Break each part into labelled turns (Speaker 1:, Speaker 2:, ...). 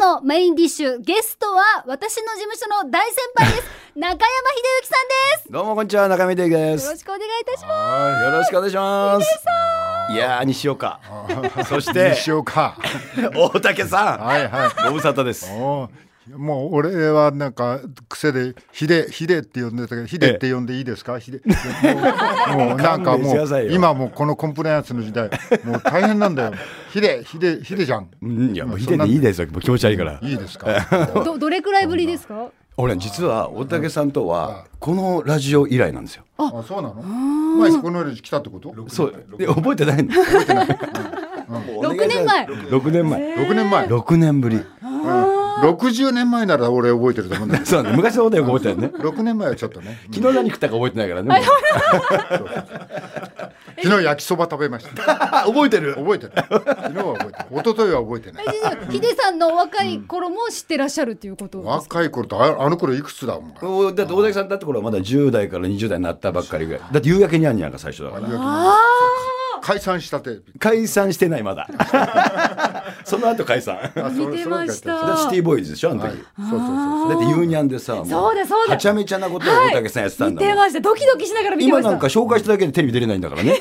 Speaker 1: のメインディッシュゲストは私の事務所の大先輩です中山秀幸さ
Speaker 2: どうもこんにちは中見秀樹
Speaker 1: ん
Speaker 2: で
Speaker 1: ですよろ
Speaker 2: す
Speaker 1: しくお願いいたします
Speaker 3: は
Speaker 2: よろしくお願いしますいやー西岡そして
Speaker 3: 西岡。
Speaker 2: 大竹さ
Speaker 3: は いはい。
Speaker 2: んご無沙汰です
Speaker 3: おーもう俺はなんか癖でヒデヒデって呼んでたけどヒデって呼んでいいですかヒデもうもうなんか
Speaker 2: 勘弁して
Speaker 3: も
Speaker 2: くださいうよ
Speaker 3: 今もうこのコンプライアンスの時代もう大変なんだよヒデヒデヒデじゃん
Speaker 2: うんいやもう秀でいいですよもう気持ち悪いから
Speaker 3: いいですか
Speaker 1: どどれくらいぶりですか
Speaker 2: 俺実は大竹さんとはこのラジオ以来なんですよ
Speaker 3: あそうなの前このラジオ来たってこと
Speaker 2: そうで覚えてないの 覚えてない
Speaker 1: 六年前
Speaker 2: 6年前
Speaker 3: 6年前
Speaker 2: 6年ぶり
Speaker 3: 60年前なら俺覚えてると思うんだけど
Speaker 2: そうなんだ昔のことよく覚えてるね
Speaker 3: 6年前はちょっとね
Speaker 2: 昨日何食ったか覚えてないからねも
Speaker 3: 昨日焼きそば食べました
Speaker 2: う 覚えてる
Speaker 3: 覚えてる昨日は覚えてる一昨日は覚えてない
Speaker 1: ヒデさんのお若い頃も知ってらっしゃるということです
Speaker 3: 若い頃とああの頃いくつだお前
Speaker 2: おだって大竹さんだってこれはまだ10代から20代になったばっかりぐらいだって夕焼けにゃんにゃんが最初だから
Speaker 3: 解散したて
Speaker 2: 解散してないまだ その後解散だ
Speaker 3: あそ
Speaker 1: 見てました
Speaker 3: それだけやってる
Speaker 2: シティボーイズでしょあの時、
Speaker 3: そうそうそう
Speaker 2: だってユーニャンでさも
Speaker 1: そうだそうだ
Speaker 2: はちゃめちゃなことを大竹さんやってたん
Speaker 1: 見
Speaker 2: だも
Speaker 1: て
Speaker 2: ん、
Speaker 1: ましたドキドキしながら見てま
Speaker 2: 今
Speaker 1: した
Speaker 2: なんか紹介しただけでテレビ出れないんだか らね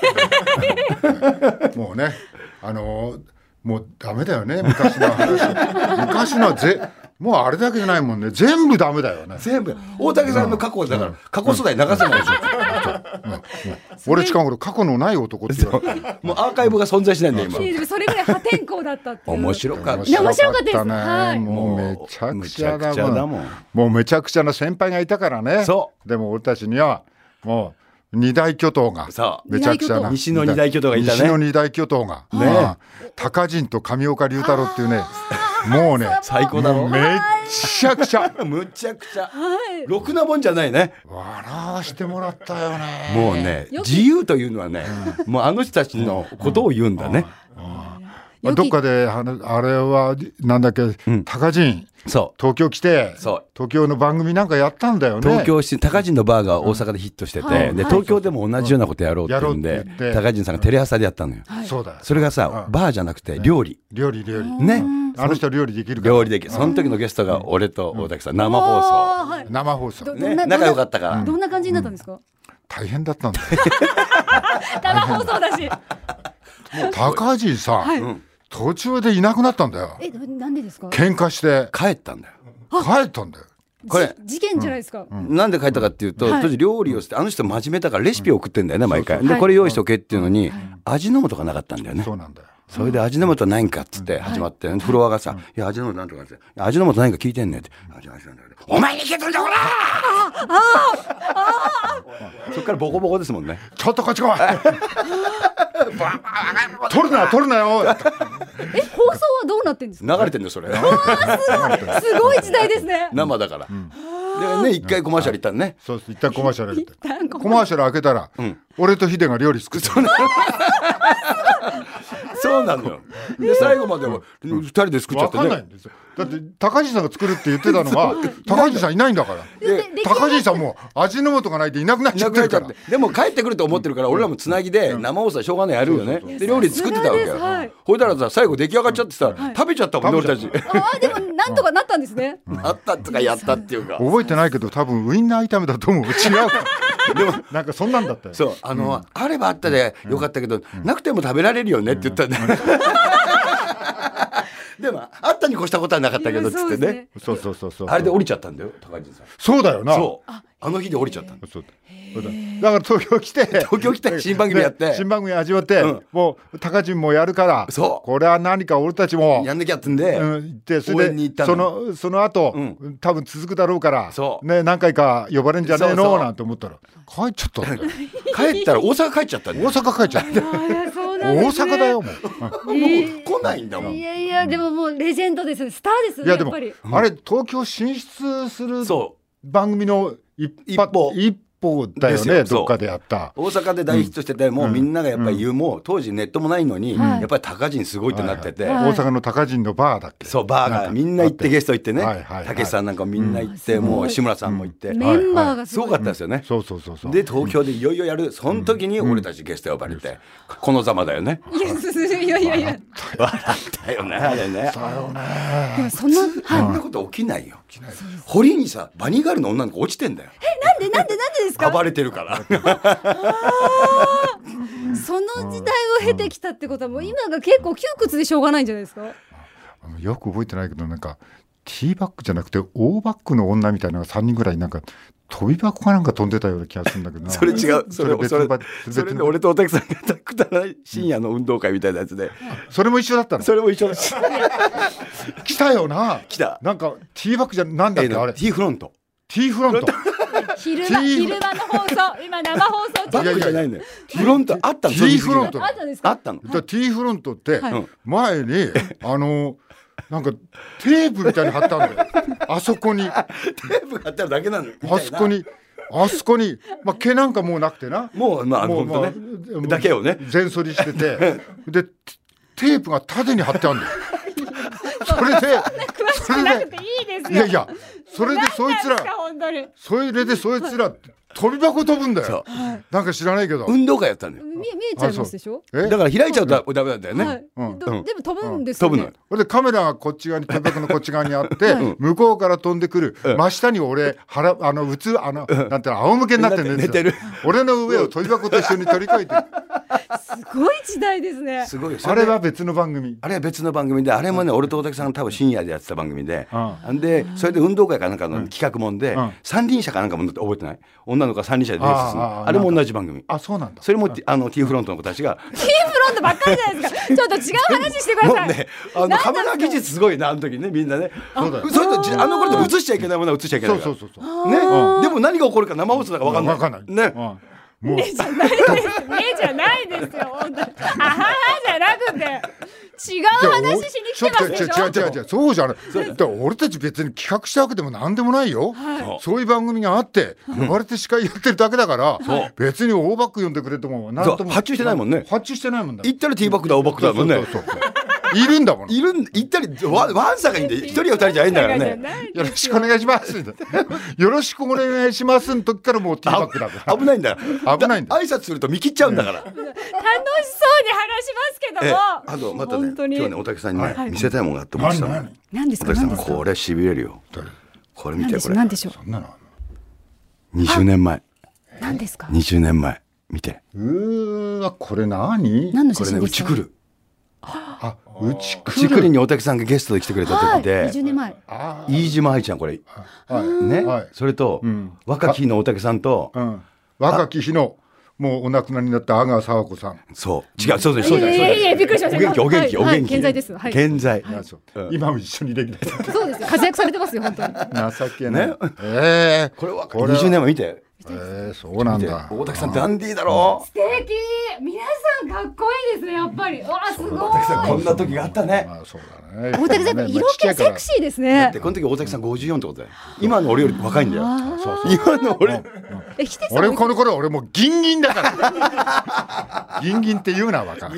Speaker 3: そうもうねあのーもうダメだよね昔の話 昔のはぜもうあれだけじゃないもんね全部ダメだよね
Speaker 2: 全部大竹さんの過去だから、過去世代流せないでし
Speaker 3: 俺しかも俺過去のない男って言われて
Speaker 2: ょ、もうアーカイブが存在しないんだよ今
Speaker 1: いやでもそれぐらい破天荒だったっていう
Speaker 2: 面白かっ
Speaker 1: いや
Speaker 2: た
Speaker 1: 面白かったですはい
Speaker 3: ねもうめちゃくちゃだもん
Speaker 2: もん
Speaker 3: もうめちゃくちゃな先輩がいたからね
Speaker 2: そ
Speaker 3: でも俺たちにはもう二大巨頭が
Speaker 2: そう
Speaker 3: めちゃくちゃな
Speaker 2: 西の二大巨頭がいたね
Speaker 3: 西の二大巨頭が、
Speaker 2: ね
Speaker 3: ああ高人と上岡龍太郎っていうねもうね
Speaker 2: 最高だろ
Speaker 3: めっちゃくちゃ
Speaker 2: むちゃくちゃ、ろくなもんじゃないね
Speaker 3: 笑わしてもらったよね
Speaker 2: もうね
Speaker 1: よく
Speaker 2: 自由というのはねもうあの人たちのことを言うんだね
Speaker 1: 良き
Speaker 3: どっかであのあれはなんだっけ、高人
Speaker 2: そう
Speaker 3: 東京来て
Speaker 2: そう
Speaker 3: 東京の番組なんかやったんだよね
Speaker 2: 東京市高人のバーが大阪でヒットしてて、
Speaker 1: はいはい
Speaker 2: で東京でも同じようなことやろうって言うん
Speaker 3: や
Speaker 2: で
Speaker 3: ろうって言って
Speaker 2: 高人さんがテレ朝でやったのよ、
Speaker 3: そうだよ
Speaker 2: それがさ、
Speaker 3: うん
Speaker 2: バーじゃなくて料理、
Speaker 3: 料理料理
Speaker 2: ね
Speaker 3: あの人料理できるから
Speaker 2: 料理でその時のゲストが俺と大竹さん生放
Speaker 1: あ
Speaker 2: 送、
Speaker 1: ーはい
Speaker 3: 生放送
Speaker 1: ど
Speaker 2: ね、
Speaker 1: んな
Speaker 2: 仲良かったから、
Speaker 1: どんな感じになったんですか
Speaker 3: 大変だったんだよ
Speaker 1: 生放送だし
Speaker 3: 高人さ、
Speaker 1: はい
Speaker 3: 途中でいなくなったんだよ
Speaker 1: えなんでですか
Speaker 3: 喧嘩して
Speaker 2: 帰ったんだよ
Speaker 3: 帰ったんだよ
Speaker 2: これ
Speaker 1: じ事件じゃないですか、
Speaker 2: なんで書いたかっていうと、
Speaker 1: はい
Speaker 2: 当時料理をしてあの人真面目だからレシピを送ってんだよね、毎回で
Speaker 1: はい
Speaker 2: これ用意しとけっていうのに、味の素がなかったんだよね
Speaker 3: そうなんだよ
Speaker 2: それで味の素ないんかっつって始まって、フロアがさ「いや味の素なんとか」って「味の素ないんか聞いてんね」って「味の素なんだけどお前に聞けとんだこら!」そっからボコボコですもんね
Speaker 3: ちょっとこっち来い取るな取るなよ
Speaker 1: え放送はどうなってんです
Speaker 2: 流
Speaker 1: か
Speaker 2: れてんのそれ
Speaker 1: すごい時代ですね
Speaker 2: 生だから、でね一回コマーシャル行ったんね
Speaker 3: そう一旦コマーシャル開けて
Speaker 1: なんか
Speaker 3: コマーシャル開けたら、俺とヒデが料理作ってる
Speaker 2: そうなのよで最後までも二人で作っちゃっ
Speaker 3: 分
Speaker 2: て
Speaker 3: かんない
Speaker 2: ね
Speaker 3: んですよだって高橋さんが作るって言ってたのは高橋さんいないんだから高橋さんもう味の素がないでいなくなっ
Speaker 2: い
Speaker 3: ちゃ
Speaker 2: な
Speaker 3: っ
Speaker 2: くな
Speaker 3: てる
Speaker 2: っちゃ
Speaker 3: か
Speaker 2: っ
Speaker 3: ら
Speaker 2: てでも帰ってくると思ってるから俺らもつなぎで生放送はしょうがないやるよねで料理作ってたわけ
Speaker 1: さ
Speaker 2: よ
Speaker 1: すがですはい
Speaker 2: ほいだらさ最後出来上がっちゃってさ食べちゃったもんね俺たち
Speaker 1: あーでもなんとかなったんですね、
Speaker 2: あったとかやったっていうか
Speaker 3: 覚えてないけど多分ウインナー炒めだと思う違うでもなんかそんなんだったよ
Speaker 2: そう、あの、あればあったでよかったけど、なくても食べられるよねって言ったんだよ。 でも、あったに越したことはなかったけどっつ
Speaker 1: い
Speaker 2: って
Speaker 1: やそうです
Speaker 2: ね
Speaker 1: ね。
Speaker 3: そうそうそうそう
Speaker 2: あれで降りちゃったんだよ、高橋さん。
Speaker 3: そうだよな
Speaker 2: そう。あの日で降りちゃったの。
Speaker 3: そうだそうだだから東京来 て
Speaker 2: 東京来て新番組やって
Speaker 3: で新番組味わって、
Speaker 2: うん
Speaker 3: もう高人もやるから
Speaker 2: そう
Speaker 3: これは何か俺たちも
Speaker 2: やんなきゃってんで、
Speaker 3: うん、行ってそ
Speaker 2: 応
Speaker 3: れ
Speaker 2: 援に行っ
Speaker 3: で
Speaker 2: た
Speaker 3: そ
Speaker 2: の
Speaker 3: のその後、
Speaker 2: う
Speaker 3: 多分続くだろうから
Speaker 2: そう
Speaker 3: ね、何回か呼ばれんじゃねえ
Speaker 2: そうそ
Speaker 3: の
Speaker 2: う
Speaker 3: なんて思ったら帰っちゃっ たんだよ
Speaker 2: 帰ったら大阪帰っちゃったんだ
Speaker 3: 大
Speaker 2: よ。
Speaker 3: 阪帰っちゃった
Speaker 1: あーいやそうなん
Speaker 3: 大
Speaker 1: ですね
Speaker 3: 阪だよもう、
Speaker 2: もう来ないんだも
Speaker 1: い
Speaker 2: ん。
Speaker 1: やいやでももうレジェンドですねスターです
Speaker 3: う
Speaker 1: ね
Speaker 3: んいや
Speaker 1: や
Speaker 3: で
Speaker 1: っ
Speaker 3: も
Speaker 1: ぱり
Speaker 3: あれ東京進出する
Speaker 2: そ
Speaker 3: 番組の一発
Speaker 2: 一歩
Speaker 3: 一方だよ
Speaker 2: ですよ
Speaker 3: ねどっかでやった
Speaker 2: 大阪で大ヒットしてて、もうみんながやっぱり言う、もう当時ネットもないのに、やっぱり高人すごいってなってて、
Speaker 1: はい
Speaker 3: 大阪の高人のバーだっけ
Speaker 2: そうバー
Speaker 3: な
Speaker 2: ガー
Speaker 3: か
Speaker 2: みんな行ってゲスト行ってね
Speaker 3: はいはいはい
Speaker 2: たけしさんなんかみんな行って、もう志村さんも行って、
Speaker 1: メンバーがす
Speaker 2: す
Speaker 1: ご
Speaker 2: ご
Speaker 1: い。
Speaker 2: かったですよね、
Speaker 3: そうそうそうそう
Speaker 2: で東京でいよいよやるその時に俺たちゲスト呼ばれて、このざまだよね
Speaker 1: いやいやいやいや。
Speaker 2: 笑ったよねあれね
Speaker 1: でもそのはい
Speaker 2: あんなこと起きないよ堀にさバニーガールの女の子落ちてんだよ
Speaker 1: なんでなんでなんでですか。
Speaker 2: 暴れてるから
Speaker 1: その時代を経てきたってことはもう今が結構窮屈でしょうがないんじゃないですか。
Speaker 3: あのよく覚えてないけどなんかティーバックじゃなくてオーバックの女みたいなのが3人ぐらいなんか飛び箱かなんか飛んでたような気がするんだけど な
Speaker 2: それ違うそ
Speaker 3: そ
Speaker 2: れ
Speaker 3: れ
Speaker 2: それそ
Speaker 3: 別の
Speaker 2: れ
Speaker 3: 場
Speaker 2: それで俺とおたくさんがくだらない深夜の運動会みたいなやつで
Speaker 3: それも一緒だったの
Speaker 2: それも一緒だ
Speaker 3: 来たよな
Speaker 2: 来た
Speaker 3: なんかティーバックじゃなんだっ
Speaker 2: え
Speaker 3: けあ
Speaker 2: の
Speaker 3: れ
Speaker 2: T フロント
Speaker 3: ティーフロント
Speaker 1: 昼間
Speaker 3: ティー
Speaker 1: 昼間の放送今生放送
Speaker 2: バ
Speaker 1: 中。
Speaker 2: ックじゃないんだよフロントあったの
Speaker 3: T フロント
Speaker 1: あったんです
Speaker 2: あ
Speaker 1: か
Speaker 2: っ。たの
Speaker 3: だから T フロントって
Speaker 1: はい
Speaker 3: 前に、あのなんかテープみたいに貼ったんだよあそ こにあ
Speaker 2: テープがあっただけなのよみたいな
Speaker 3: そこにあそこに、まあ、毛なんかもうなくてな
Speaker 2: もうまあ
Speaker 3: もう
Speaker 2: 本当ね
Speaker 3: まあ
Speaker 2: だけをね
Speaker 3: 全剃りし ててでテテープが縦に貼ってあるんだよそれで
Speaker 1: 詳しくなくていいですよ。
Speaker 3: いやいやそれでそいつ
Speaker 1: なんですから本当に。
Speaker 3: それでそいつら飛び箱飛ぶんだ
Speaker 2: そう
Speaker 3: よなんか知らないけど、
Speaker 2: 運動会やったのよ
Speaker 1: 見見えちゃいますでしょ。
Speaker 3: え
Speaker 2: だから開いちゃうとダメなんだよね、
Speaker 1: はい。
Speaker 3: うん
Speaker 1: ど
Speaker 2: うん
Speaker 1: でも飛ぶんですよ
Speaker 2: 飛ぶ
Speaker 1: ね
Speaker 2: のよ
Speaker 3: それでカメラがこっち側に飛び箱のこっち側にあって、向こうから飛んでくる、真下に俺腹あのうつあの、なんていうの仰向けになって寝て
Speaker 2: 寝てる
Speaker 3: 俺の上を飛び箱と一緒に 取り替えてる
Speaker 1: すごい時代ですね。
Speaker 2: すごいよ
Speaker 3: あれは別の番組
Speaker 2: あれは別の番組であれもね俺と大竹さん多分深夜でやってた番組で、
Speaker 3: う
Speaker 2: でそれで運動会かなんかの企画もんで、
Speaker 3: うん
Speaker 2: 三輪車かなんかも乗って覚えてない女の子が三輪車でレースするの
Speaker 3: ああ
Speaker 2: あ
Speaker 3: ああ
Speaker 2: れも同じ番組
Speaker 3: あそうなんだ
Speaker 2: それも、T- あの T フロントの子たちが
Speaker 1: ティーフロントばっかりじゃないですか。ちょっと違う話してくだ
Speaker 2: もう
Speaker 1: さい。
Speaker 2: ねあのカメラ技術すごいなあの時ねみんなね
Speaker 3: そうだよ
Speaker 2: それとじあの頃で映しちゃいけないものは映しちゃいけない
Speaker 3: そ
Speaker 2: うから
Speaker 3: そうそうそう
Speaker 2: ね、でも何が起こるか生放送だから分かんない、
Speaker 3: わかんない
Speaker 2: ね、
Speaker 3: うんもう
Speaker 1: 目じゃないです。目じゃないですよ。本当にあははじゃなくて違う話しに来てますでしょ。
Speaker 3: 違う違う違う違う違うそうじゃないだから俺たち別に企画したわけでも何でもないよ、
Speaker 2: はい
Speaker 3: そういう番組があって呼ばれて司会やってるだけだから、
Speaker 2: そう
Speaker 3: 別に大バック呼んでくれても何と
Speaker 2: そう
Speaker 3: も
Speaker 2: 発注してないもんね
Speaker 3: 発注してないもんだ
Speaker 2: 行ったら T バックだオーバックだもんね
Speaker 3: そうそうそうそういるんだもん
Speaker 2: いるん行ったりワンワンサがいいんで一人や二人じゃないんだからね
Speaker 3: よろしくお願いし ます。よろしくお願いしますの時からもうティーバックだから。
Speaker 2: 危ないんだから
Speaker 3: 危ないんだ
Speaker 2: 挨拶すると見切っちゃうんだから、
Speaker 1: 楽しそうに話しますけ
Speaker 2: ええ
Speaker 1: ども。
Speaker 2: あとまたね
Speaker 1: 本当
Speaker 2: 今
Speaker 1: に
Speaker 2: 日ねおたけさんにね、
Speaker 1: はい
Speaker 2: 見せたいものがあって思ってたの
Speaker 3: 何
Speaker 1: 何です
Speaker 2: お
Speaker 1: か。
Speaker 2: たけさ
Speaker 1: 何
Speaker 2: ん
Speaker 1: ですか。
Speaker 2: これしびれるよ
Speaker 3: 誰
Speaker 2: これ見
Speaker 1: 何
Speaker 2: て
Speaker 1: でしょ
Speaker 2: よこ
Speaker 1: う。
Speaker 2: れ
Speaker 1: 何でしょ
Speaker 3: そんなのあんの
Speaker 2: 20年前
Speaker 1: う。何ですか。
Speaker 2: 20年前見て
Speaker 3: うーわ、これ何
Speaker 1: 何の
Speaker 2: こ
Speaker 1: 写
Speaker 2: れ
Speaker 1: 真で
Speaker 2: ねう
Speaker 1: す
Speaker 2: ち
Speaker 1: か
Speaker 2: く。る
Speaker 3: あ、うち
Speaker 2: う
Speaker 3: く
Speaker 2: ちくりにおたけさんがゲストで来てくれた
Speaker 1: は
Speaker 2: 時
Speaker 1: い。
Speaker 2: で、
Speaker 1: 20年前。
Speaker 3: あ
Speaker 2: 飯島愛ちゃんこれ
Speaker 3: ーはい。
Speaker 2: ね、
Speaker 3: はい
Speaker 2: それと、
Speaker 3: ん
Speaker 2: 若き日のおたけさんと、
Speaker 3: うん。若き日の、もうお亡くなりになった阿川佐和子さん。
Speaker 2: そう違うそうで
Speaker 1: い
Speaker 2: すそう
Speaker 1: や
Speaker 2: です
Speaker 1: い
Speaker 2: そう
Speaker 1: やいや
Speaker 2: です
Speaker 1: びっくりしました。
Speaker 2: お元気お元気、
Speaker 1: はい
Speaker 2: お
Speaker 1: はい
Speaker 2: 元気
Speaker 1: 健在です。はい。
Speaker 2: 健在
Speaker 3: あそう
Speaker 2: うん
Speaker 3: 今も一緒にレギュラ
Speaker 1: そうです。活躍されてますよ本当に。
Speaker 3: ー。情けない
Speaker 2: ね。
Speaker 3: ええ。
Speaker 2: これは
Speaker 3: これは
Speaker 2: 20年前見て
Speaker 3: ええ、そうなん
Speaker 2: 見て
Speaker 3: だ。
Speaker 2: 大竹さんダンディーだろ
Speaker 1: 素敵。皆さんかっこいいですねやっぱり。わあすごい。
Speaker 2: こんな時があったね
Speaker 3: まあそうだね。
Speaker 1: 大竹さんやっぱ色気セクシーですね
Speaker 2: で。この時大竹さん54ってことだよ今の俺より若いんだよ今の俺
Speaker 1: えひてさん
Speaker 3: 俺
Speaker 1: も
Speaker 3: この頃俺もうギンギンだから。 ギンギンって言うな若い。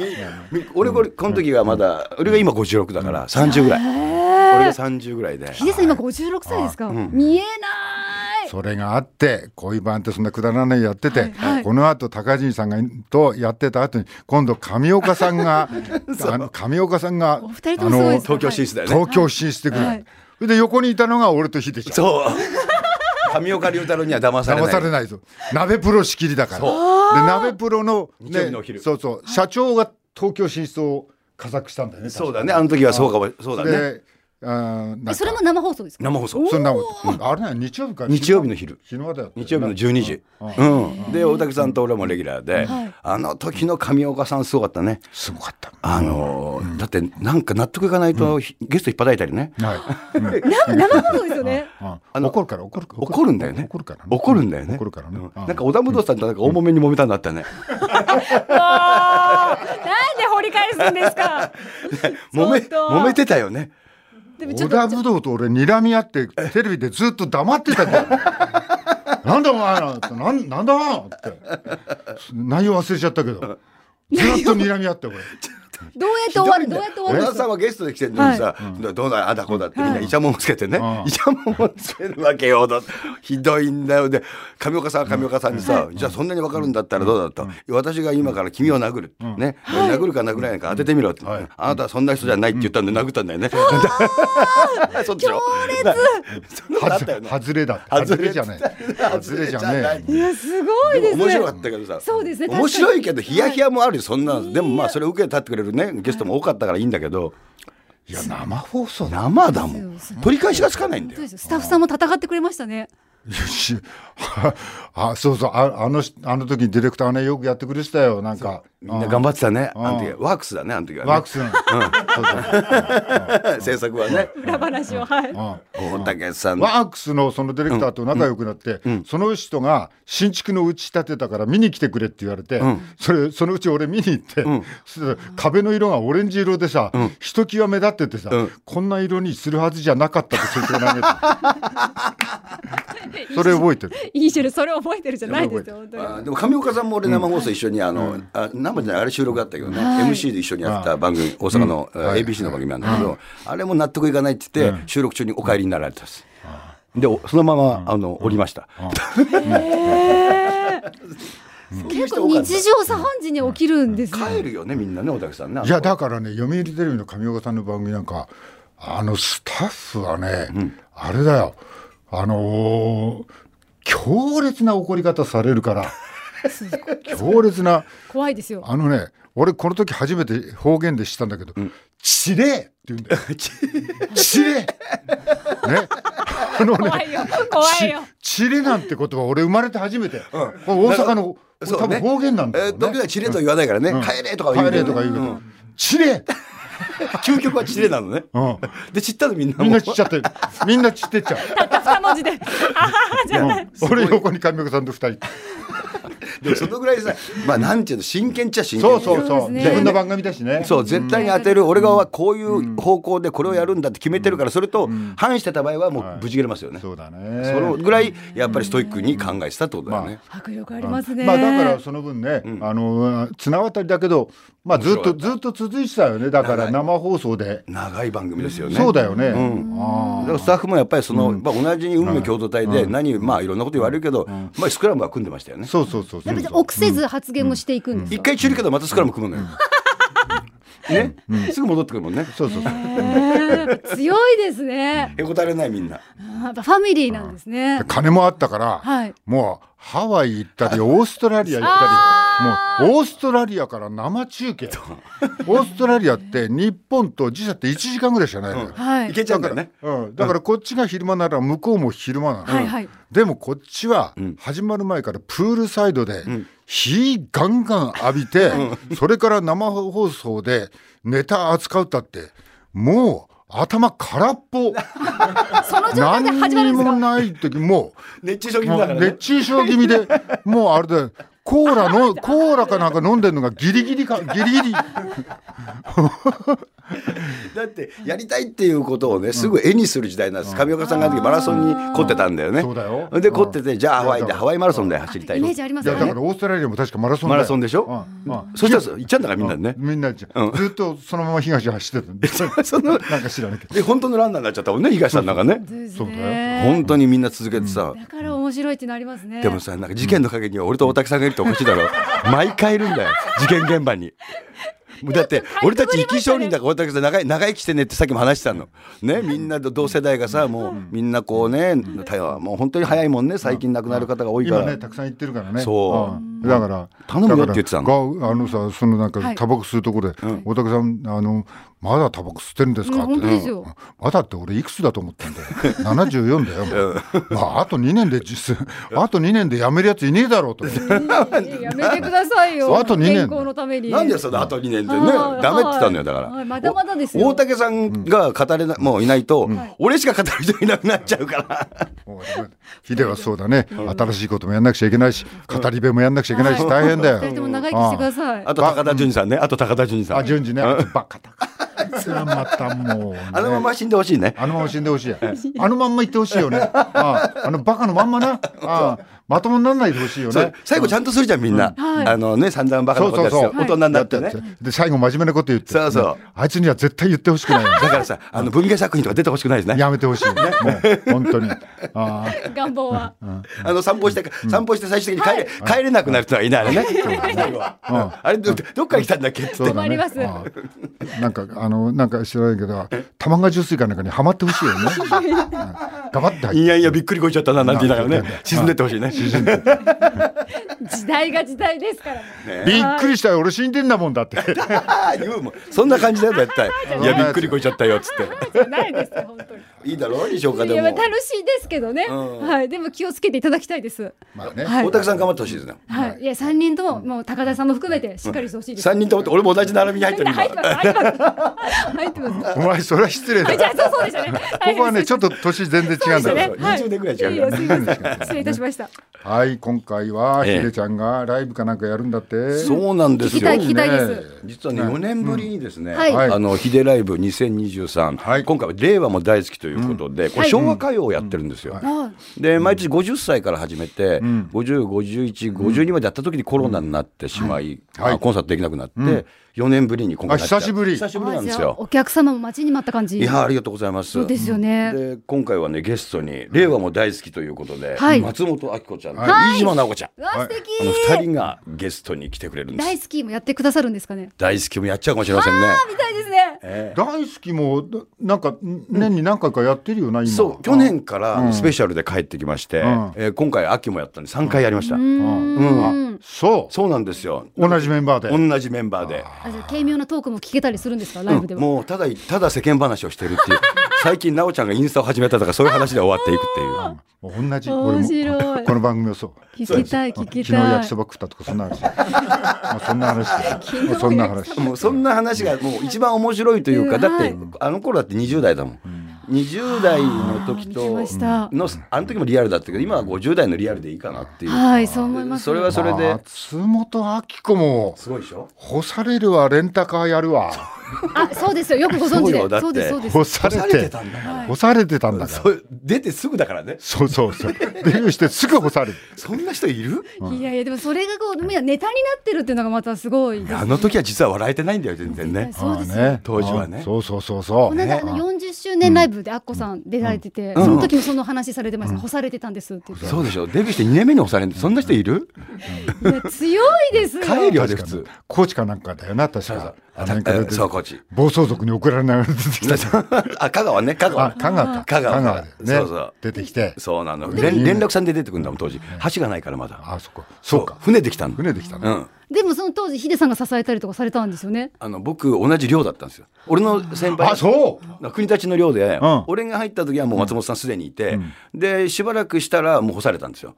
Speaker 2: 俺これこの時はまだ俺が今56だから30ぐらい俺が30ぐらいで
Speaker 1: ひでさん今56歳ですか。見えない。
Speaker 3: それがあって恋バンってそんなくだらないやってて、
Speaker 1: はいはい
Speaker 3: このあと高尻さんがとやってた後に今度上岡さん があの上岡さんが
Speaker 1: お二人ともすごいですね。
Speaker 2: 東京進出だ
Speaker 3: あの
Speaker 2: よね
Speaker 3: 東京進出してくる、
Speaker 1: はい
Speaker 3: それで横にいたのが俺と秀ちゃん
Speaker 2: そう上岡龍太郎には騙され
Speaker 3: 騙さ
Speaker 2: な
Speaker 3: れ
Speaker 2: い
Speaker 3: ないぞ鍋プロ仕切りだからで鍋プロの,、
Speaker 2: 日曜日のお昼
Speaker 3: そうそう社長が東京進出を加策したんだよね
Speaker 2: そうだねあの時はそうかもそうだ
Speaker 3: 確か
Speaker 2: ね
Speaker 3: で、あーなん
Speaker 1: え
Speaker 3: か
Speaker 1: それも生放送ですか。
Speaker 2: 生放送
Speaker 3: そんなことうんあれね日曜日か
Speaker 2: 日曜日の昼
Speaker 3: 日のだよ
Speaker 2: 日曜日の12時、うん、で大竹さんと俺もレギュラーで、
Speaker 1: はい
Speaker 2: あの時の上岡さんすごかったね
Speaker 3: すごかった
Speaker 2: あのーだってなんか納得いかないと、ひゲスト引っ叩いたり ね
Speaker 3: はい
Speaker 1: 生生放送ですよね。
Speaker 3: あの怒るから怒るから
Speaker 2: 怒るんだよね
Speaker 3: 怒るからね
Speaker 2: 怒るんだよね
Speaker 3: 怒るからね
Speaker 2: うんなんか小田武道さんとなんか大揉めに揉めたんだったね、
Speaker 1: もうなんで掘り返すんですか。
Speaker 2: 揉め
Speaker 1: ちょっと
Speaker 2: 揉めてたよね
Speaker 1: でもちょ
Speaker 3: 小
Speaker 1: っと
Speaker 3: 田武道と俺睨み合ってテレビでずっと黙ってたじゃんなんだお前らってなんなんだって内容忘れちゃったけどずっと睨み合って俺
Speaker 1: どうやって終わるどうやって終わ
Speaker 2: お
Speaker 1: るんで
Speaker 2: や
Speaker 1: す
Speaker 2: さ
Speaker 1: か
Speaker 2: んはゲストで来てるのにさ、どうだあだこうだってみんなイチャモンつけてね、
Speaker 3: うん
Speaker 2: イチャモンをつけるわけよだひどいんだよで上岡さんは上岡さんにさ、じゃあそんなに分かるんだったらどうだと、私が今から君を殴る、ね、殴るか殴らないか当ててみろって、
Speaker 3: はい
Speaker 2: あなたはそんな人じゃないって言ったんで殴ったんだよね、 そっち強烈そんなことあったよね
Speaker 3: 外れだって
Speaker 2: 外れ
Speaker 3: 外れじゃない外れじゃねえ
Speaker 1: いやすごいですね
Speaker 2: 面白かったけどさ
Speaker 1: そうですね確かに
Speaker 2: 面白いけどヒヤヒヤもあるよそんなのでもまあそれを受けて立ってくれるねゲストも多かったからいいんだけど
Speaker 3: いや生放送だ
Speaker 2: 生だもん
Speaker 1: そう
Speaker 2: 取り返しがつかないんだ
Speaker 1: 本当
Speaker 2: よ
Speaker 1: ですよスタッフさんも戦ってくれましたね
Speaker 3: よしあそうそうああのしあの時にディレクターねよくやってくれてたよなんか
Speaker 2: みんな頑張ってたね
Speaker 3: うん
Speaker 2: あの時はワークスだねあの時はね
Speaker 3: ワークスの、そうそう
Speaker 2: 制作はね
Speaker 1: 裏話をはい
Speaker 3: うん
Speaker 2: 大竹さん
Speaker 3: ワークスのそのディレクターと仲良くなって、その人が新築のうち建てたから見に来てくれって言われて、それそのうち俺見に行って、そしたら壁の色がオレンジ色でさ、ひときわ目立っててさ、
Speaker 2: うん
Speaker 3: こんな色にするはずじゃなかったって説明投げたそれ覚えてる
Speaker 1: いいシェルそれ覚えてるじゃないですよ本当に
Speaker 2: あでも上岡さんも俺生放送一緒にあのあ生じゃないあれ収録あったけどね MC で一緒にやった番組大阪のえー
Speaker 3: はい
Speaker 2: ABC の番組なんだけどあれも納得いかないって言って収録中にお帰りになられたんですでおそのままあの降りました
Speaker 1: 結構日常茶飯事に起きるんですね
Speaker 2: 帰るよねみんなね大竹さんね
Speaker 3: い やだからね読売テレビの上岡さんの番組なんかあのスタッフはね、あれだよあのー強烈な怒り方されるから強烈な
Speaker 1: 怖いですよ
Speaker 3: あのね俺この時初めて方言で知ったんだけど「ちれえ」って言うんだよ「ちれえ」ねあの
Speaker 1: 怖
Speaker 3: ね
Speaker 1: いよ怖いよ
Speaker 3: 「ちれ」なんて言葉俺生まれて初めて、これ大阪の
Speaker 2: そう
Speaker 3: 多分
Speaker 2: ね
Speaker 3: 方言なんだ
Speaker 2: え
Speaker 3: よ、
Speaker 2: ー
Speaker 3: ね
Speaker 2: 時々チレとは言わないからね
Speaker 3: うん
Speaker 2: 帰れとかは言うけど
Speaker 3: 帰れとか言うけど
Speaker 2: ん
Speaker 3: ちれえ」
Speaker 2: 究極はチレなのね
Speaker 3: うん
Speaker 2: で散ったのみんなも
Speaker 3: みんなちっちゃってみんなちってっち ゃう
Speaker 1: たった二文字であははじゃない
Speaker 3: 俺横に神岡さんと二人
Speaker 2: でもそのぐらいさまあなんていうの真剣っちゃ真剣
Speaker 3: そうそうそう
Speaker 1: そうですね
Speaker 3: 自分の番組だしね
Speaker 2: そう絶対に当てる俺側はこういう方向でこれをやるんだって決めてるからそれと反してた場合はもうぶち切れますよね、
Speaker 3: そうだね
Speaker 2: そのぐらいやっぱりストイックに考えてたってことだよね、
Speaker 1: 迫力ありますね
Speaker 3: まあだからその分ね、あの綱渡りだけどまあずっとずっと続いてたよねだから生放送で、
Speaker 2: 長い番組ですよね
Speaker 3: そうだよね、
Speaker 2: だ
Speaker 3: あ
Speaker 2: からスタッフもやっぱりその、まあ、同じ運命共同体で何、まあいろんなこと言われるけど、まあ、スクラムは組んでましたよ
Speaker 3: あ
Speaker 2: ね
Speaker 3: そうそうそうそ
Speaker 1: や
Speaker 3: う
Speaker 1: っぱり臆せず発言もしていくんです
Speaker 2: 一
Speaker 1: か
Speaker 2: 回中立けどまたスクラム組むのよ、ね、すぐ戻ってくるもんね
Speaker 3: そうそうそう
Speaker 1: へー強いですね
Speaker 2: へこたれないみんな
Speaker 1: あーやっぱファミリーなんですね
Speaker 3: 金もあったから、
Speaker 1: はい
Speaker 3: もうハワイ行ったりオーストラリア行ったりもうオーストラリアから生中継オーストラリアって日本と時差って1時間ぐらいしかないのよ、
Speaker 1: はい
Speaker 2: いけちゃうんだよね
Speaker 3: うん、だからこっちが昼間なら向こうも昼間なの、
Speaker 1: はいはい
Speaker 3: でもこっちは始まる前からプールサイドで火ガンガン浴びて、それから生放送でネタ扱うったってもう頭空っぽ
Speaker 1: その状態で始まる
Speaker 3: 何に
Speaker 1: んです
Speaker 3: も
Speaker 1: か
Speaker 3: ない時も
Speaker 2: 熱中症
Speaker 3: う
Speaker 2: 気味
Speaker 3: も
Speaker 2: だ
Speaker 3: う
Speaker 2: からね
Speaker 3: 熱中症気味で もうあれだよコー ラのコーラかなんか飲んでるのがギリギリかギリギリ
Speaker 2: だってやりたいっていうことをねすぐ絵にする時代なんです上岡さんがあの時マラソンに凝ってたんだよね
Speaker 3: そうだよ
Speaker 2: で凝っててじゃあハワイ
Speaker 3: い
Speaker 2: で
Speaker 3: やだから
Speaker 2: ハワイマラソンで走りたい
Speaker 1: イメージありま
Speaker 3: い
Speaker 1: す
Speaker 3: や
Speaker 1: よ
Speaker 3: だか
Speaker 1: ね
Speaker 3: らオーストラリアも確かマラソンだ
Speaker 2: マ
Speaker 3: よ
Speaker 2: ラソンでしょ
Speaker 3: うんうん
Speaker 2: そしたら行っちゃうんだからみんなでね
Speaker 3: みんなじゃん、ずっとそのまま東走ってた
Speaker 2: その
Speaker 3: なんか知らなきゃ
Speaker 2: で本当のランナーになっちゃったもんね東さんなんかね
Speaker 1: そうです
Speaker 3: そうだ
Speaker 1: ね
Speaker 2: 本当にみんな続けてさ
Speaker 1: だから面白いってなりますね
Speaker 2: でもさなんか事件の陰には俺と大竹さんがいるとおかしいだろ毎回いるんだよ事件現場に。もうだって俺たち生き証人だから大竹さん長い長生きしてねってさっきも話してたのねみんなと同世代がさもうみんなこうね対話もう本当に早いもんね最近亡くなる方が多いか ら、
Speaker 3: 今ねたくさん行ってるからね
Speaker 2: そう
Speaker 3: うんだから
Speaker 2: 頼むよ
Speaker 3: だ
Speaker 2: っ
Speaker 3: か
Speaker 2: て言
Speaker 3: ら
Speaker 2: ってた
Speaker 3: があのさそのなんか
Speaker 1: はい
Speaker 3: タバコ吸うところで「大竹さんあのまだタバコ吸ってるんですか?」
Speaker 1: う
Speaker 3: っ
Speaker 1: ん
Speaker 3: て
Speaker 1: 本当ですよ
Speaker 3: うんまだって俺いくつだと思ってんだよ74だよも うまああと2年で実あと2年でやめるやついねえだろうと思って
Speaker 1: いややめてくださいよ
Speaker 3: あと二年
Speaker 1: 健康のために
Speaker 2: なんでそのあと2年でね
Speaker 1: はい
Speaker 2: ダメって言ったのよだから、
Speaker 1: はいまだまだですよ
Speaker 2: お大竹さんが語れなもういないと、俺しか語る人いなくなっちゃうから、
Speaker 3: もうヒデはそうだね新しいこともやんなくちゃいけないし語り部もやんなくちゃいけないし、大変だよ。
Speaker 1: 二人とも長生きしてください。
Speaker 2: あと高田純次さんね。あと高田純次さん。
Speaker 3: あ、順次ね、あいつバカだ。それはまたもう、ね。
Speaker 2: あのまま死んでほしいね。
Speaker 3: あのまま死んでほしい。あのまんま行ってほしいよね。あああのバカのまんまな。ああまともにならないでほしいよ
Speaker 2: そ
Speaker 3: ね
Speaker 2: う。最後ちゃんとするじゃんみんな。
Speaker 1: はい
Speaker 2: あのね散々バカなことです
Speaker 3: そう
Speaker 2: よ。
Speaker 3: そ
Speaker 1: そ
Speaker 3: う
Speaker 1: う
Speaker 2: 大人になってね。
Speaker 3: で、最後真面目なこと言って。
Speaker 2: そうそう
Speaker 3: ねあいつには絶対言ってほしくないよ ね。
Speaker 2: だからさあの文芸作品とか出てほしくないですね。
Speaker 3: やめてほしいよね。もう、本当に。ああ。
Speaker 1: 願望は。
Speaker 2: あの散歩して散歩して最終的に帰れ帰れなくなる人はいないあれね。最後はあれどどっから来たんだっけって
Speaker 3: そうだね
Speaker 1: 困ります
Speaker 3: ああなんかあのなんか知らないけど玉川重水かなんかにはまってほしいよ ね。うんガバッて入
Speaker 2: い
Speaker 3: って
Speaker 2: やいやびっくりこいちゃったななんて言いながらね沈んでってほしいね。
Speaker 1: 時代が時代ですから。
Speaker 3: びっくりしたよ俺死んでんだもんだ って。
Speaker 2: ああ言うもんそんな感じだよ絶対。いやびっくりこいちゃったよっつっ
Speaker 1: じゃないですよ本当に。
Speaker 2: て。いいだろう西岡
Speaker 1: い
Speaker 2: で
Speaker 1: やまあ
Speaker 2: も。
Speaker 1: 楽しいですけどね。
Speaker 2: ん
Speaker 1: はい。でも気をつけていただきたいです。
Speaker 3: まあね。
Speaker 1: はい
Speaker 2: 大竹さん頑張ってほしいですね。
Speaker 1: はい。いや三人とももう高田さんも含めてしっかりしてほしいです。
Speaker 2: 三人ともって俺も同じ並びに入ってる
Speaker 1: 入って
Speaker 2: 今。
Speaker 1: ます入ってます入ってます。
Speaker 3: お前それは失礼 だ。
Speaker 1: はいじゃあそうそうでしたね。
Speaker 3: ここはねちょっと年全然違うんだ
Speaker 2: そう
Speaker 3: か
Speaker 2: で
Speaker 3: ら
Speaker 2: す。ね
Speaker 1: はい
Speaker 2: 20年ぐらい違うから
Speaker 1: いやいやすいません失礼いたしました。
Speaker 3: はい今回は
Speaker 2: ええ
Speaker 3: ひでちゃんがライブかなんかやるんだって。
Speaker 2: そうなんです
Speaker 1: 聞き
Speaker 2: よ
Speaker 1: たい。聞きたいです。
Speaker 2: 実はね、4年ぶりにですね、
Speaker 1: はい
Speaker 3: はい
Speaker 2: あの、ヒデライブ2023、
Speaker 3: はい
Speaker 2: 今回は令和も大好きということで、こ
Speaker 1: は
Speaker 2: れ
Speaker 1: い
Speaker 2: 昭和歌謡をやってるんですよ。
Speaker 1: あ
Speaker 2: で、毎年50歳から始めて、50、51、52までやった時にコロナになってしまい、
Speaker 3: はい
Speaker 2: あコンサートできなくなって、4年ぶりに今回なっちゃう
Speaker 3: あ久しぶり
Speaker 2: 久しぶりな
Speaker 1: あ
Speaker 2: ん
Speaker 1: じ
Speaker 2: です
Speaker 1: ゃあお
Speaker 2: よ。
Speaker 1: 客様も待ちに待った感じ。
Speaker 2: いや、ありがとうございます。
Speaker 1: そうですよね。
Speaker 2: で今回はねゲストに令和も大好きということで、
Speaker 1: はい
Speaker 2: 松本明子ちゃんと、
Speaker 3: は
Speaker 2: 飯島直子ちゃん、
Speaker 1: うわ素敵。
Speaker 2: あの二人がゲストに来てくれるんです
Speaker 1: 大好きもやってくださるんですかね。
Speaker 2: 大好きもやっちゃうかもしれませんね。
Speaker 1: みたいですね。
Speaker 2: え
Speaker 3: 大好きもなんか年に何回かやってるよな今。
Speaker 2: えそう去年からスペシャルで帰ってきまして、
Speaker 3: ん
Speaker 2: えー今回秋もやったんで3回やりました、
Speaker 1: う
Speaker 3: あ。
Speaker 1: ん。
Speaker 3: そ
Speaker 2: そうなんですよ
Speaker 3: う同じメンバーで。
Speaker 2: 同じメンバーで
Speaker 1: あじゃあ軽妙なトークも聞けたりするんですかライブでは。
Speaker 2: もうただただ世間話をしてるっていう最近奈緒ちゃんがインスタを始めたとかそういう話で終わっていくっていう
Speaker 3: 同じ
Speaker 1: 面白い
Speaker 3: この番組もそう
Speaker 1: 聞きたい聞き
Speaker 3: 昨日
Speaker 1: た
Speaker 3: 焼き
Speaker 1: い
Speaker 3: そ。ば食ったとかそんな話 もうそんな話で
Speaker 2: も
Speaker 3: もうそんな話
Speaker 2: うそんな話がもう一番面白いというか、
Speaker 1: うん
Speaker 2: だっ
Speaker 1: は
Speaker 2: て
Speaker 1: い
Speaker 2: あの頃だって20代だもん、20代の
Speaker 1: あ
Speaker 2: 時
Speaker 1: ー見てました
Speaker 2: とのあの時もリアルだったけど今は50代のリアルでいいかなっていう、
Speaker 1: はいそう思います。
Speaker 2: それはそれで
Speaker 3: 松本明子も
Speaker 2: すごいでしょ
Speaker 3: 干されるわレンタカーやるわ
Speaker 1: あそうですよよくご存
Speaker 2: そう
Speaker 1: 知
Speaker 2: よだっ
Speaker 1: で。
Speaker 2: て
Speaker 1: そうですそうです。
Speaker 3: 干され
Speaker 2: されて
Speaker 3: て
Speaker 2: たんだから、
Speaker 1: はい
Speaker 3: 干されてたんだから
Speaker 2: そう出てすぐだからね
Speaker 3: そうそう そうデビューしてすぐ干される
Speaker 2: そんな人いる
Speaker 1: いやいやでもそれがこうみんなネタになってるっていうのがまたすごいです。
Speaker 2: あの時は実は笑えてないんだよ全然ね
Speaker 1: そうです
Speaker 3: ああね
Speaker 2: 当時はね
Speaker 3: ああそうそうそうそ
Speaker 1: こ
Speaker 3: う
Speaker 1: の間あの40周年ライブでアッコさん出られてて、その時もその話されてました、干されてたんですって言って、
Speaker 2: そうでしょデビューして2年目に押されるそんな人いる
Speaker 1: いや強いですよ
Speaker 2: 帰るよね普
Speaker 3: 確かに
Speaker 2: 通
Speaker 3: コーチかなんかだよな確かアメリカで出て
Speaker 2: そうコーチ
Speaker 3: 暴走族に 送られながら出てきた
Speaker 2: あ香川ね香
Speaker 3: あ
Speaker 2: 川
Speaker 3: 香川か
Speaker 2: 香川
Speaker 3: で
Speaker 2: そ
Speaker 3: ね
Speaker 2: うそう
Speaker 3: 出てきて
Speaker 2: そうなの連連絡船で出てくるんだもん当時橋がないからまだ
Speaker 3: あそこそうか
Speaker 2: 船で来たの
Speaker 3: 船で来たの
Speaker 2: うん
Speaker 1: でもその当時ヒデさんが支えたりとかされたんですよね
Speaker 2: あの僕同じ寮だったんですよ俺の先輩
Speaker 3: あそう
Speaker 2: 国立の寮で、
Speaker 3: うん
Speaker 2: 俺が入った時はもう松本さんすでにいて、でしばらくしたらもう干されたんですよ、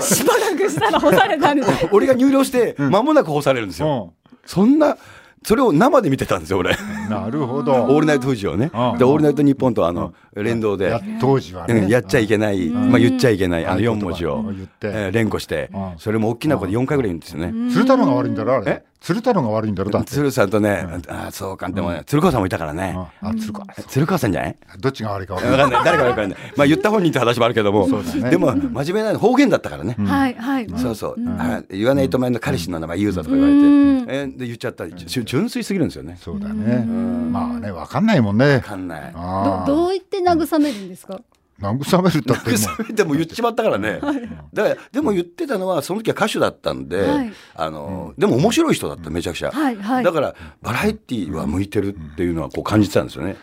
Speaker 1: しばらくしたら干されたんです
Speaker 2: 俺が入寮して間もなく干されるんですよ、そんなそれを生で見てたんですよ俺
Speaker 3: うんなるほ
Speaker 2: 「オー
Speaker 3: ど
Speaker 2: ルナイトフジ」をね「で
Speaker 3: うん
Speaker 2: オールナイトニッポン」とあの連動で
Speaker 3: や当時は
Speaker 2: うん
Speaker 3: ね
Speaker 2: やっちゃいけない、まあ、言っちゃいけないあの4文字を
Speaker 3: 言葉言って
Speaker 2: えー連呼して
Speaker 3: うん
Speaker 2: それも大きな声で4回ぐらい言うんですよね。
Speaker 3: 鶴太郎が悪いんだろあれ
Speaker 2: え
Speaker 3: 鶴太郎が悪いんだろだって
Speaker 2: 鶴さんとね「ああそうか」でもね鶴川さんもいたからね
Speaker 3: ああ鶴か
Speaker 2: 鶴川さんじゃない
Speaker 3: どっちが悪いか分かん
Speaker 2: わ
Speaker 3: ない
Speaker 2: かんない誰かわかんないまあ言った本人って話もあるけどもでも真面目な方言だったからね
Speaker 1: はいはい、
Speaker 2: そうそうあ言わないと前の彼氏の名前言うぞとか言われてえーで言っちゃったりじゅ純粋すぎるんですよね
Speaker 3: そうだねまあね分かんないもんね
Speaker 2: わかんない
Speaker 1: ど
Speaker 3: ああ
Speaker 1: どう言って慰めるんですか
Speaker 3: 慰めるったってもう
Speaker 2: 慰めても言っちまったからね。だから、でも言ってたのは、その時は歌手だったんで、
Speaker 1: はい
Speaker 2: あの、でも面白い人だった、めちゃくちゃ。
Speaker 1: はいはい
Speaker 2: だから、バラエティーは向いてるっていうのは、こう感じてたんですよね。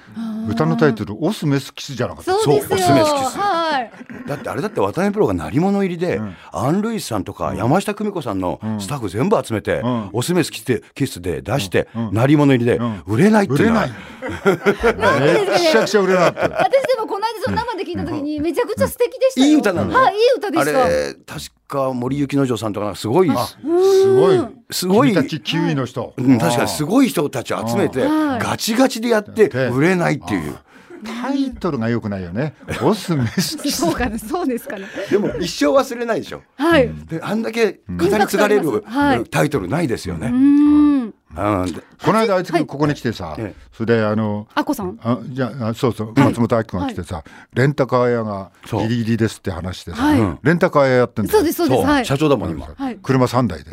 Speaker 3: 歌のタイトル「オスメスキス」じゃなかった
Speaker 1: そうですよ
Speaker 2: おすすめ好きです
Speaker 1: はい
Speaker 2: だって、あれだって、渡辺プロが鳴物入りで、アン・ルイスさんとか、山下久美子さんのスタッフ全部集めて、
Speaker 3: ん
Speaker 2: おすめすきて、キスで出して、鳴物入りで、売れないって
Speaker 3: 売
Speaker 2: いう
Speaker 3: れ
Speaker 2: の
Speaker 3: な。
Speaker 2: はい
Speaker 3: めっちゃくちゃ売れなかった
Speaker 1: 私でもこの間その生で聞いた時にめちゃくちゃ素敵でしたよ
Speaker 2: いい歌なのよ
Speaker 1: はいいい歌で
Speaker 2: あ
Speaker 1: した
Speaker 2: れ、確か森幸之丞さんとか、すごい、
Speaker 3: すごい
Speaker 2: すごい
Speaker 3: 君たちキウイの人
Speaker 2: うん確かにすごい人たちを集めて
Speaker 1: はい
Speaker 2: ガチガチでやって
Speaker 3: やって
Speaker 2: 売れないっていう
Speaker 3: タイトルが良くないよね。オスメスキス
Speaker 1: そうかな、そうですかね。
Speaker 2: でも一生忘れないでしょ
Speaker 1: はい。う
Speaker 2: であんだけ語り継がれ
Speaker 1: インパクトあります
Speaker 2: る
Speaker 1: はい
Speaker 2: タイトルないですよね、
Speaker 1: ーん。
Speaker 2: うんで
Speaker 3: この間あいつ君ここに来てさ、
Speaker 2: ええ
Speaker 3: それであの
Speaker 1: あこさん。
Speaker 3: あじゃああそうそう松本明君が来てさ、レンタカー屋が
Speaker 2: そう
Speaker 3: ギリギリですって話してさ、
Speaker 1: はい
Speaker 3: うんレンタカー屋やってんだよ
Speaker 1: そうです、そうです。はい。
Speaker 2: 社長だもん今、
Speaker 1: はい
Speaker 3: 車3台 で、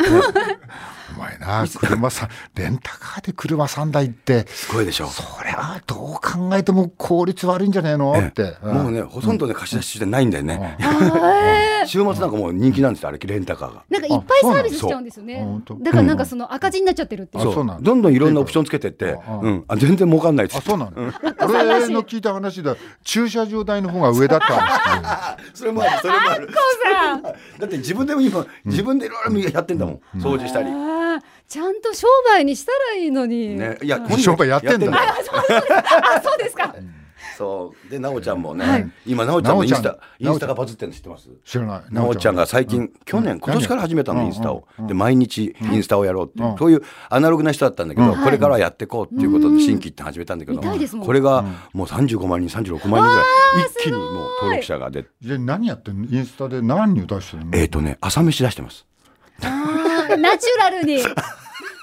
Speaker 3: お前な車さレンタカーで車3台って
Speaker 2: すごいでしょ
Speaker 3: そりゃどう考えても効率悪いんじゃねえの
Speaker 2: ええ
Speaker 3: って、
Speaker 2: もうねほとんどね貸し出しじゃないんだよね、
Speaker 1: あー
Speaker 2: 週末なんかもう人気なんですよあれレンタカーが
Speaker 1: なんかいっぱいサービスしちゃうんですよ
Speaker 3: あそうな
Speaker 1: ね
Speaker 3: んだそうあ本。当
Speaker 1: だからなんかその赤字になっちゃってるっていう。
Speaker 3: あ
Speaker 2: そう
Speaker 3: そうなんだ
Speaker 2: どんどんいろんなオプションつけてって、
Speaker 3: ああ
Speaker 2: うん、あ全然儲かんないっつ
Speaker 3: あ
Speaker 2: って
Speaker 3: そうなの、俺の聞いた話だ駐車場代の方が上だったんです
Speaker 2: あそれもあるそれもある
Speaker 1: さん。
Speaker 2: だって自分でも今自分でいろいろやってんだもん、掃除したり、
Speaker 1: あーちゃんと商売にしたらいいのに。
Speaker 2: ねいや
Speaker 1: あ
Speaker 2: 今度
Speaker 3: 商売やってんだ
Speaker 2: よ
Speaker 1: あそうですか。
Speaker 2: そうで奈緒ちゃんもね、
Speaker 1: はい
Speaker 2: 今奈緒ちゃんのインス
Speaker 3: 奈
Speaker 2: タ
Speaker 3: 緒ちゃん
Speaker 2: インスタがバズってるの知ってます
Speaker 3: 知らない
Speaker 2: 奈緒ちゃんが最近、去年今年から始めたのインスタを、で毎日インスタをやろうって、
Speaker 3: うん
Speaker 2: そういうアナログな人だったんだけど、
Speaker 3: うん
Speaker 2: これからはやっていこうっていうことで新規行って始めたんだけど、
Speaker 1: 見たいですもん
Speaker 2: これがもう35万人36万人ぐらい一気にもう登録者が出て
Speaker 3: で何やってんのインスタで何に出してるの
Speaker 2: えっ、とね朝飯出してます
Speaker 1: あーナチュラルに。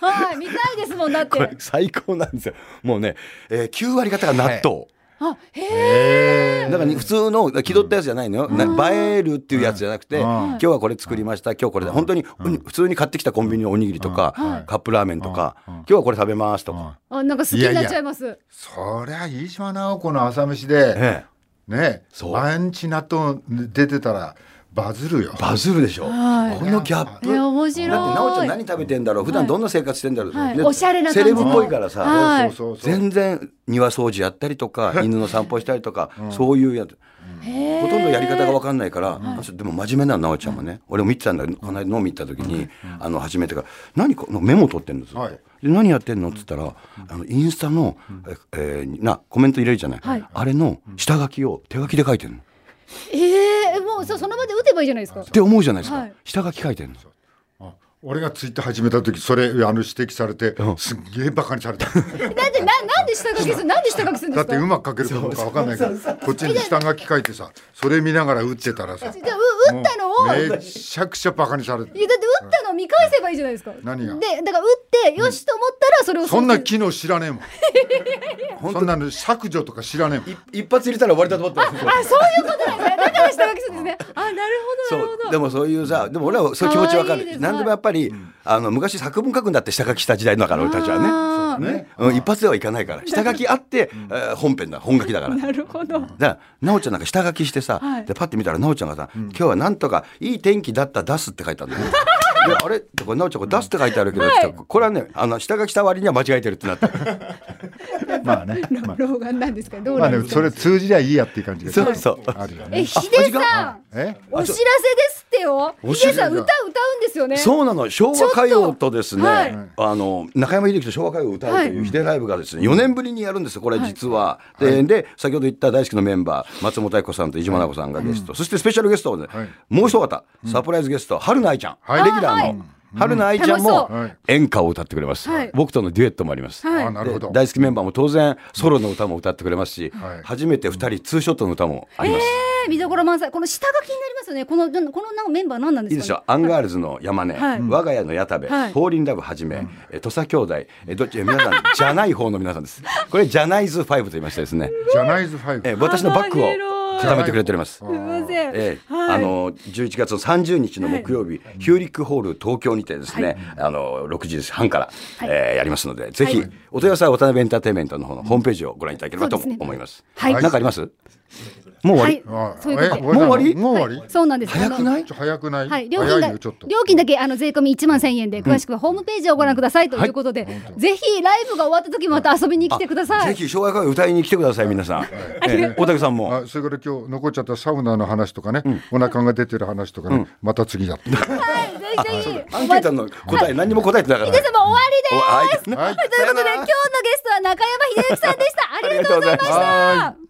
Speaker 1: はい見たいですもんだって
Speaker 2: こ。れ最高なんですよもうね、えー、9割方が納豆、
Speaker 1: あへえ。
Speaker 3: え
Speaker 2: だからね普通の気取ったやつじゃないのよ、な映えるっていうやつじゃなくて、
Speaker 3: うん
Speaker 2: 今日はこれ作りました今日これで本当に普通に買ってきたコンビニのおにぎりとか、
Speaker 3: うん
Speaker 2: カップラーメンとか、
Speaker 3: うん
Speaker 2: 今日はこれ食べますとか、
Speaker 1: あなんか好きになっちゃいます。
Speaker 3: そりゃ飯島直子の朝飯で
Speaker 2: ええ
Speaker 3: ね
Speaker 2: そう
Speaker 3: 毎日納豆出てたらバズるよ
Speaker 2: バズるでしょ、
Speaker 1: はい
Speaker 2: このギャップ
Speaker 1: いや面
Speaker 2: だって奈緒ち
Speaker 1: 白
Speaker 2: ゃん
Speaker 1: い。
Speaker 2: 何食べてんだろう普段どんな生活してんだろう、
Speaker 1: はい
Speaker 2: で
Speaker 1: おしゃれな
Speaker 2: セ
Speaker 1: 感じ
Speaker 2: レブ
Speaker 1: の
Speaker 2: っぽいからさ、
Speaker 1: はい
Speaker 3: そうそうそうそう
Speaker 2: 全然庭掃除やったりとか犬の散歩したりとか、そういうやつほ
Speaker 1: ほ
Speaker 2: とんどやり方が分かんないから、あでも真面目なの奈緒ちゃんもね、俺も見てたんだけどこの間飲み行った時に、あの初めてから「何このメモ取ってんの?」ずっと、
Speaker 3: はい
Speaker 2: で何やってんの?」っつったら、あのインスタの、えーなコメント入れるじゃない、
Speaker 1: はい
Speaker 2: あれの下書きを手書きで書いてるの。っ
Speaker 1: ええもうそその場で打てばいいじゃないですか。
Speaker 2: て思うじゃないですか、
Speaker 1: はい
Speaker 2: 下書き書いてるの。
Speaker 3: あ俺がツイッター始めた時それあの指摘されて
Speaker 2: うん
Speaker 3: すっげえバカにさ れた
Speaker 1: なんでななんで下書きするなんで下書きするんで
Speaker 3: だ
Speaker 1: すか。
Speaker 3: ってうまく書けるかどうかわかんないからこっちに下書き書いてさそれ見ながら打ってたらさ
Speaker 1: じゃあう打ったのを。
Speaker 3: めちゃくちゃバカにされ
Speaker 1: い
Speaker 3: て
Speaker 1: やだって打ったのを見返せばいいじゃないですか。
Speaker 3: 何が
Speaker 1: でだから打ってよしと思ったらそれを
Speaker 3: そんな
Speaker 1: 気
Speaker 3: 機能知らねえもんそんなの削除とか知らねえもん
Speaker 2: 一発入れたら終わりだと思ったんですよ
Speaker 1: あそういうことなんですね。だから下書きするんです ね。あなるほどなるほ
Speaker 2: そう
Speaker 1: ど。
Speaker 2: でもそういうさでも俺はそういう気持ちわか
Speaker 1: 可愛いで
Speaker 2: る
Speaker 1: す
Speaker 2: 何でもやっぱり、あの昔作文書くんだって下書きした時代だから俺たちはね
Speaker 1: はね。
Speaker 2: ね、うん、一発ではいかないから下書きあって、えー本編だ本書きだから。
Speaker 1: なるほど。は
Speaker 2: だから奈緒ちゃんなんか下書きしてさ、
Speaker 1: はい
Speaker 2: でパッて見たら奈緒ちゃんがさ、今日はなんとかいい天気だった出す」って書いたんだ よ。であれってこれ奈緒ちゃんこれ出すって書いてあるけど、
Speaker 1: はい
Speaker 2: ちょっとこれはねあの下書きした割には間違えてるってなった
Speaker 3: まあねまあ
Speaker 1: 老眼なんですか。どう
Speaker 3: ま
Speaker 1: な
Speaker 3: あ
Speaker 1: ん
Speaker 3: で
Speaker 1: です
Speaker 3: も
Speaker 1: か。
Speaker 3: それ通じりゃいいやっていう感じが
Speaker 2: そうそう
Speaker 3: あるよね
Speaker 1: えヒデさん。
Speaker 3: え
Speaker 1: お知らせですってよ。
Speaker 2: お
Speaker 1: ヒ
Speaker 2: 知ら
Speaker 1: デ
Speaker 2: せ
Speaker 1: さん歌歌うんですよね。
Speaker 2: そうなの昭和歌謡とですね、
Speaker 1: ちょっとはい
Speaker 2: あの中山秀樹と昭和歌謡を歌うとい
Speaker 1: は
Speaker 2: うヒデライブがですね4年ぶりにやるんですよこれ実は、でで先ほど言った大好きなメンバー松本明子さんと飯島直子さんがゲスト、そしてスペシャルゲストをね、
Speaker 3: はい
Speaker 2: もう一方サプライズゲスト春菜愛ちゃん、
Speaker 3: はい
Speaker 2: レギュラーの、春菜愛ちゃん
Speaker 1: 楽
Speaker 2: も
Speaker 1: し
Speaker 3: そうはい
Speaker 2: 演歌を歌ってくれます、
Speaker 1: はい
Speaker 2: 僕とのデュエットもあります、
Speaker 1: はい
Speaker 3: あなるほど
Speaker 2: で大好きメンバーも当然ソロの歌も歌ってくれますし、
Speaker 3: はい
Speaker 2: 初めて2人ツーショットの歌もあります、
Speaker 1: えー見どころ満載。この下書きになりますよね。このこのこのなんかメンバーなんなんで
Speaker 2: い
Speaker 1: すか、ね。
Speaker 2: いでしょうアンガールズの山根、
Speaker 1: はい
Speaker 2: 我が家の矢田部、フ
Speaker 1: は
Speaker 2: ォ
Speaker 1: い
Speaker 2: ーリンラブはじめ、え土佐兄弟、えどっち皆さんじゃない方の皆さんです。これジャナイズファイブと言いましてですね、
Speaker 3: ジャナイズファイブ
Speaker 2: え私のバッグ
Speaker 1: 幅広
Speaker 2: を
Speaker 1: い
Speaker 2: 固めてくれております。
Speaker 1: すみません。
Speaker 2: ええ
Speaker 1: はい
Speaker 2: あの11月の30日の木曜日、ヒューリックホール東京にてですね、あの6時半から、
Speaker 1: はい
Speaker 2: えーやりますのでぜひ、
Speaker 1: はい
Speaker 2: お問い合わせは渡辺エンターテインメントの方のホームページをご覧いただければと
Speaker 1: そうですね
Speaker 2: 思います。
Speaker 1: はい
Speaker 2: なんかあります？もう終わ
Speaker 1: は
Speaker 2: り。
Speaker 1: い
Speaker 3: あ。
Speaker 1: そういうこ
Speaker 3: え
Speaker 1: と
Speaker 3: なの
Speaker 2: もう終わり
Speaker 3: もう終わり、
Speaker 1: で。そうなんです。
Speaker 2: 早くない
Speaker 1: い？
Speaker 3: ちょ早くない、
Speaker 1: はい、料
Speaker 3: 早
Speaker 1: 金
Speaker 3: い
Speaker 1: だ
Speaker 3: よちょっと
Speaker 1: 料金だけあの税込み1万1000円で詳しくはホームページをご覧くださいということで、ぜひライブが終わった時また遊びに来てくださ
Speaker 2: ぜ
Speaker 1: い。
Speaker 2: ひ昭和歌謡歌いに来てください皆さん。ええ大竹さんも。
Speaker 3: あそれから今日残っちゃったサウナの話とかね、お腹が出てる話とかね、また次だって
Speaker 1: はい、ぜひぜひ。
Speaker 2: アンケートの答え何にも答えてなかっ
Speaker 1: ヒ
Speaker 2: た
Speaker 1: デ。様終わりです。
Speaker 2: はい。
Speaker 1: ということで今日のゲストは中山秀幸さんでした。ありがとうございまし
Speaker 2: は
Speaker 1: た。